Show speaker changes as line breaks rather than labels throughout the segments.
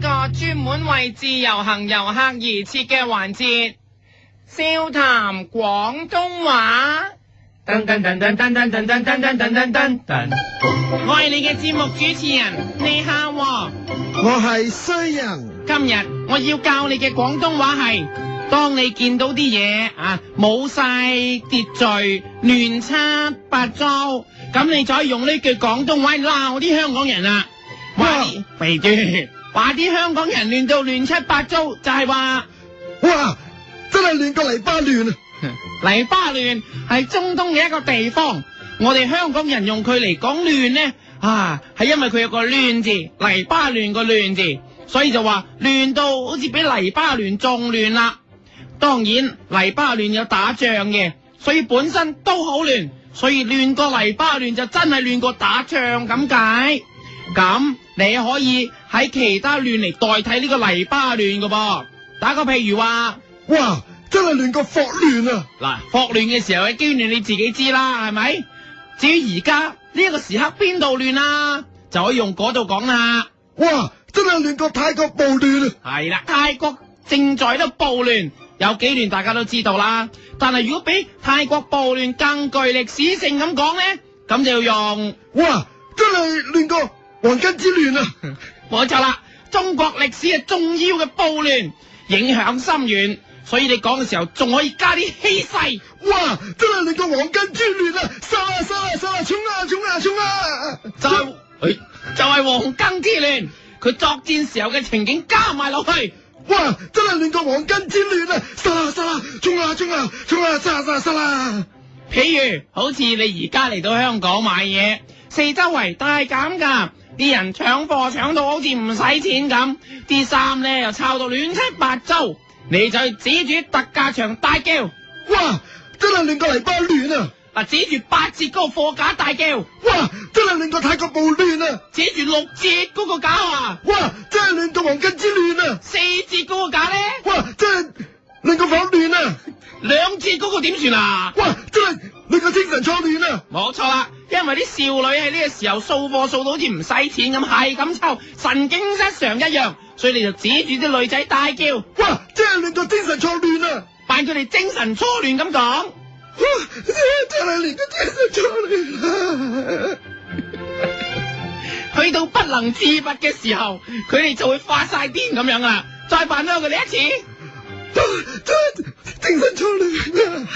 個專門為自由行遊客而設嘅環節，笑談廣東話。
噔噔噔噔噔噔噔噔噔噔噔噔噔。
我係你嘅節目主持人，你好喎。
我係衰人，
今日我要教你嘅廣東話係，當你見到啲嘢啊冇晒秩序、亂七八糟，咁你就可以用呢句廣東話鬧啲香港人啦。話啲肥豬，話啲 香港人亂到亂七八糟，就係話
哇，真係亂過黎巴嫩啊！
黎巴嫩係中東嘅一個地方，我哋香港人用佢嚟講亂呢，啊，係因為佢有個亂字，黎巴嫩個亂字，所以就話亂到好似比黎巴嫩仲亂啦。當然黎巴嫩有打仗嘅，所以本身都好亂，所以亂過黎巴嫩就真係亂過打仗咁解。咁你可以喺其他亂嚟代替呢個黎巴嫩噶噃，打個譬如話。
哇，真係亂過霍亂啊！
嗱，霍亂嘅時候嘅機亂你自己知啦，係咪？至於而家呢一個時刻邊度亂啊，就可以用嗰度講啦。
哇，真係亂過泰國暴亂啊！
係啦，泰國正在都暴亂，有幾亂大家都知道啦。但係如果比泰國暴亂更具歷史性咁講呢，咁就要用
哇，真係亂過黃巾之亂啊！
冇錯啦，中國歷史嘅重要嘅暴亂影響深遠，所以你講嘅時候仲可以加啲氣勢。
哇，真係亂過黃巾之亂啊！殺啊殺啊殺啊！衝啊衝啊衝啊！
就係哎就係黃巾之亂，佢作戰時候嘅情景加埋落去。
哇，真係亂過黃巾之亂啊！殺啊殺啊！衝啊衝啊衝啊！殺啊殺啊殺啊！
譬如好似你而家嚟到香港買嘢，四周圍大減㗎，啲人搶貨搶到好似唔使錢咁，啲衫咧又抄到亂七八糟，你就指住特價場大叫，
哇，真係亂過黎巴嫩啊！
嗱指住八折嗰個貨架大叫，
哇，真係亂過泰國暴亂啊！
指住六折嗰個架啊，
哇！真係亂到黃巾之亂啊！
四折嗰個架咧，
哇！真係亂到火亂啊！
兩折嗰個點算啊？
哇！真係亂到精神錯亂啊！
冇錯啦，因為啲少女喺呢個時候掃貨掃到好似唔使錢咁，係咁抽，神經失常一樣，所以你就指住啲女仔大叫，
哇！真係亂到精神錯亂啊！
扮佢哋精神錯亂咁講。
哇！真係亂到精神錯亂啊！
去到不能自拔嘅時候，佢哋就會發晒癲咁樣啦。再扮多佢哋一次，
真係精神錯亂啊！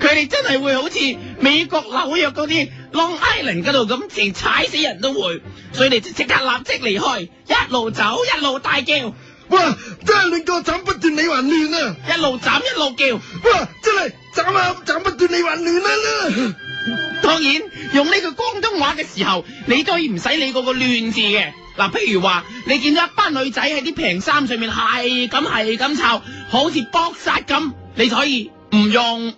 佢哋真係會好似美國紐約嗰啲 Long Island 嗰度咁，連踩死人都會。所以你就即刻立即離開，一路走一路大叫，一
哇！真係亂到斬不斷理還亂啊！
路斬一路叫。
哇！真係斬啊斬不斷理還亂啊！
當然，用呢句廣東話嘅時候，你都唔使理嗰個亂字嘅。嗱，譬如話，你見到一班女仔喺啲平衫上面係咁係咁抄，好似搏殺咁，你就可以唔用，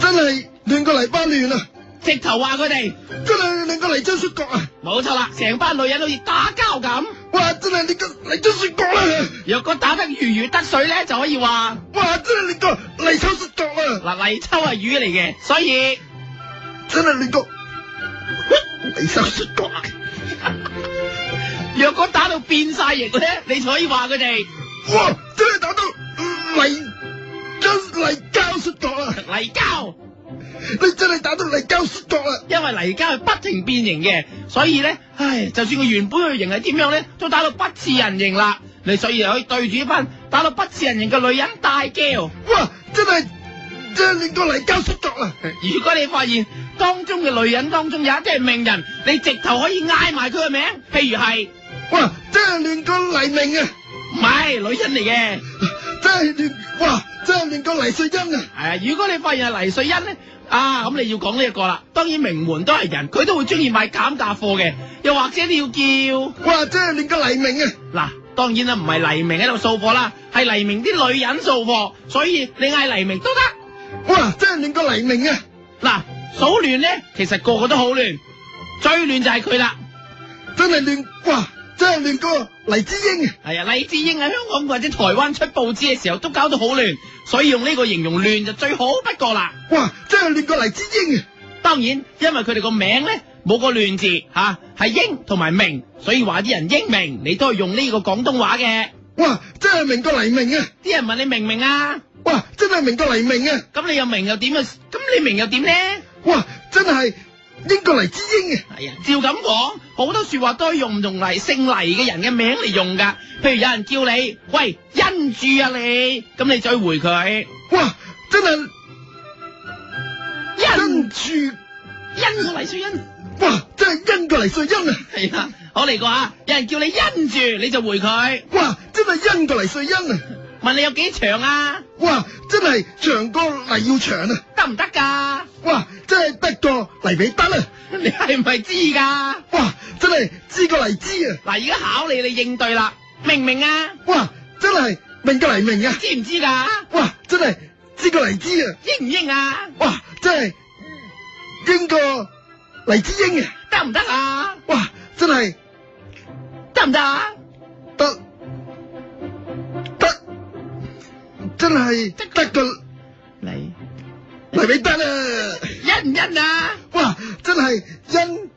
真係亂過黎巴嫩啊！
直頭話佢哋
真係亂過泥漿雪國啊！
冇錯啦，成班女人好似打交咁。
哇！真係你個泥漿雪國啦！
若果打得如魚得水咧，就可以話
哇！真係你個泥鰍雪國啊！
嗱泥鰍係魚嚟嘅，所以
真係你個泥鰍雪國啊！
若果打到變晒形咧，你就可以話佢哋
哇！真係打到泥膠泥膠雪國啊！
泥膠。
你真係打到泥膠雪國啊！
因為泥膠係不停變形嘅，所以咧，唉，就算佢原本嘅形係點樣咧，都打到不似人形啦。你所以就可以對住一班打到不似人形嘅女人大叫。
哇！真係真係你個泥膠雪國啊！
如果你發現當中嘅女人當中有一啲係名人，你直頭可以嗌埋佢嘅名，譬如係
哇！真係亂過黎明啊！
唔係女人嚟嘅？
真係亂哇！真係亂過黎瑞恩啊！
係啊，如果你發現係黎瑞恩咧，啊，咁你要講呢一個啦。當然名門都係人，佢都會中意買減價貨嘅，又或者你要叫。
哇！真係亂過黎明啊！
嗱，當然啦，唔係黎明喺度掃貨啦，係黎明啲女人掃貨，所以你嗌黎明都得。
哇！真係亂過黎明啊！
嗱，數亂咧，其實個個都好亂，最亂就係佢啦。
真係亂哇！真係亂過黎智英啊！
係啊，黎智英喺香港或者台灣出報紙嘅時候都搞到好亂，所以用呢個形容亂就最好不過啦。
哇！真係亂過黎智英啊！
當然，因為佢哋個名咧冇個亂字吓，係英同埋明，所以話啲人英明，你都係用呢個廣東話嘅。
哇，真係明過黎明啊！
啲人問你明唔明啊？
哇，真係明過黎明啊！
咁你又明又點啊？咁你明又點咧？
哇，真係英過黎之英啊！
係啊，照咁講，好多説話都係用唔同黎姓黎嘅人嘅名嚟用㗎。譬如有人叫你喂因住啊你，咁你再回佢
哇，真係
因
因住，
因我黎瑞恩。
哇，真係因過黎瑞恩啊！
系啦，好嚟过啊！有人叫你因住，你就回佢。
哇，真係因過黎瑞恩啊！
问你有几長啊？
哇，真係長過黎耀祥啊！
得唔得噶？
哇，真係得過黎彼得啊！
你係唔係知噶？
哇，真係知過黎知啊！
嗱，而家考你，你應對啦，明唔明啊？
哇，真係明過黎明啊！
知唔知噶？
哇，真係知過黎知啊！
應唔應啊？
哇，真係英過黎智英啊！
得唔得啊？
哇，真係
得唔得啊？
得得，真係得個
你
黎彼得啊！
因唔因啊？
哇，真係因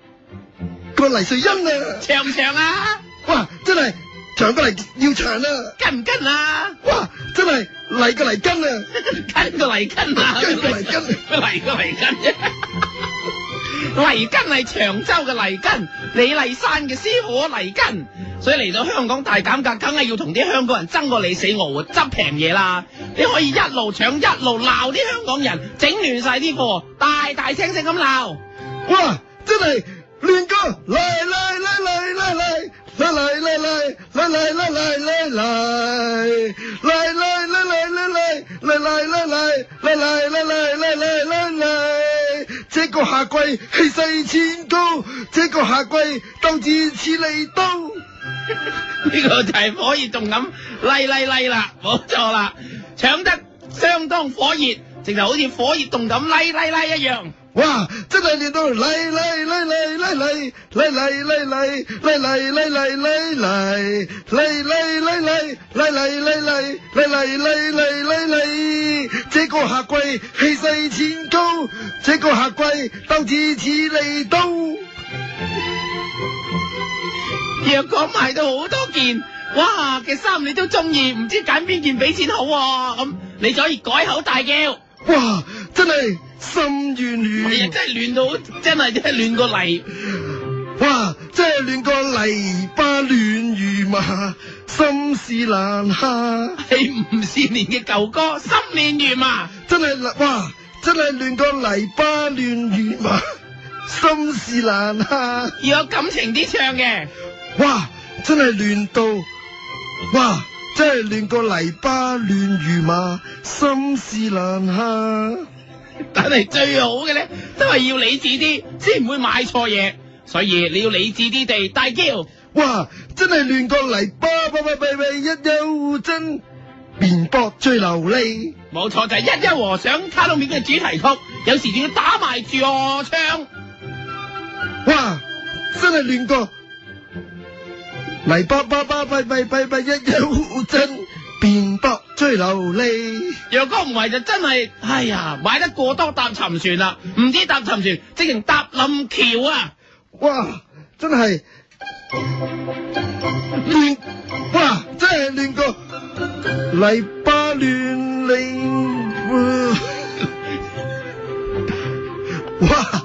過黎瑞恩啊！
長唔長啊？
哇，真係長過黎耀祥啊！
跟唔跟啊？
哇，真係黎過黎根啊！
跟個嚟跟啊！
跟個嚟跟
嚟個嚟跟啫。黎根係長洲嘅黎根，李麗珊嘅師傅黎根，所以嚟到香港大減價，梗係要同啲香港人爭個你死我活，執平嘢啦！你可以一路搶一路鬧啲香港人，整亂晒啲貨，大大聲聲咁鬧。
哇，真係亂歌，嚟嚟嚟嚟嚟嚟。嚟嚟嚟嚟嚟嚟嚟嚟嚟嚟嚟嚟嚟嚟嚟嚟嚟嚟嚟嚟嚟嚟嚟嚟嚟，這個夏季氣勢千高，這個夏季鬥志似利刀。
呢個就係火熱動感，嚟嚟嚟啦，冇錯啦，搶得相當火熱，直頭好似火熱動感嚟嚟嚟一樣。
哇！真係練到嚟嚟嚟嚟嚟嚟嚟嚟嚟嚟嚟嚟嚟嚟嚟嚟嚟嚟嚟嚟嚟嚟嚟嚟嚟嚟嚟嚟嚟嚟，這個夏季氣勢千高，這個夏季鬥志似利刀。
若果賣到好多件，哇嘅衫你都中意，唔知揀邊件俾錢好喎、咁你就可以改口大叫，你
哇！真係心亂
啊真
亂，
係亂到，真係真係亂過嚟，
哇！真係亂過泥巴亂如麻，心事難下。
係吳善年嘅舊歌《心亂如麻》，
真係啦哇！真係亂過泥巴亂如麻，心事難下。
要有感情啲唱嘅，
哇！真係亂到，哇！真係亂過泥巴亂如麻，心事難下。
但係最好嘅咧都係要理智啲，先唔會買錯嘢。所以你要理智啲地大叫，
哇！真係亂過泥巴，喂喂喂喂，一休真，綿薄最流利。
冇錯就係、一一和尚卡通片嘅主題曲，有時仲要打埋住我唱。
哇！真係亂過泥巴巴巴喂喂喂喂，一休真，綿薄最流利。
若果唔係就真係，哎呀，買得過多搭沉船啦，唔知搭沉船，直情搭冧橋啊！
哇！真係亂，哇！真係亂過黎巴嫩令，哇！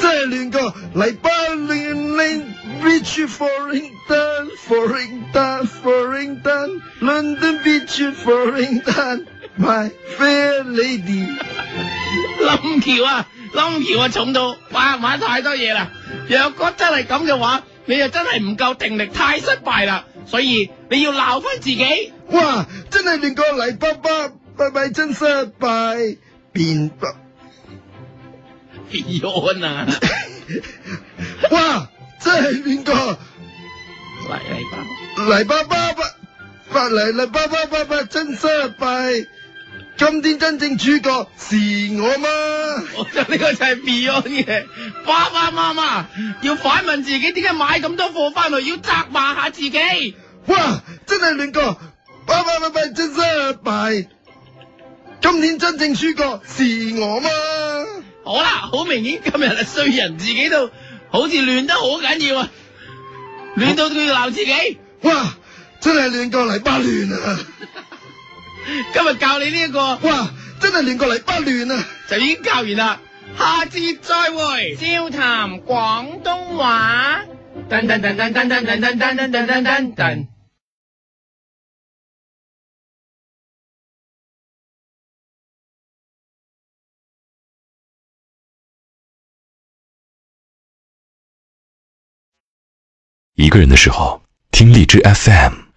真係亂過黎巴嫩令。Beach falling down, falling down, falling down. London beach falling down, my fair lady.
冧橋啊，冧橋啊，重到，哇，買太多嘢啦！若果真係咁嘅話，你就真係唔夠定力，太失敗啦！所以你要鬧翻自己，
哇！真係連個黎巴巴拜拜真失敗，變不
安啊！
哇！真係連個
嚟嚟吧，
黎巴巴拜拜黎黎巴巴拜拜真失敗，今天真正主角是我嗎？
我就呢個就係 Beyond 嘅爸爸媽媽要反問自己，點解買咁多貨翻去，要責罵下自己。
哇！真係連個巴巴拜拜真失敗，今天真正主角是我嗎？
好啦，好明顯今日係衰人自己度，好似亂得好緊要啊！亂到佢要鬧自己。
哇！真係亂過黎巴嫩啊！
今日教你呢、一個
哇！真係亂過黎巴嫩啊！
就已經教完啦，下次再會。笑談廣東話。
噔噔噔噔噔噔噔噔噔噔噔噔噔。
一个人的时候，听荔枝 FM。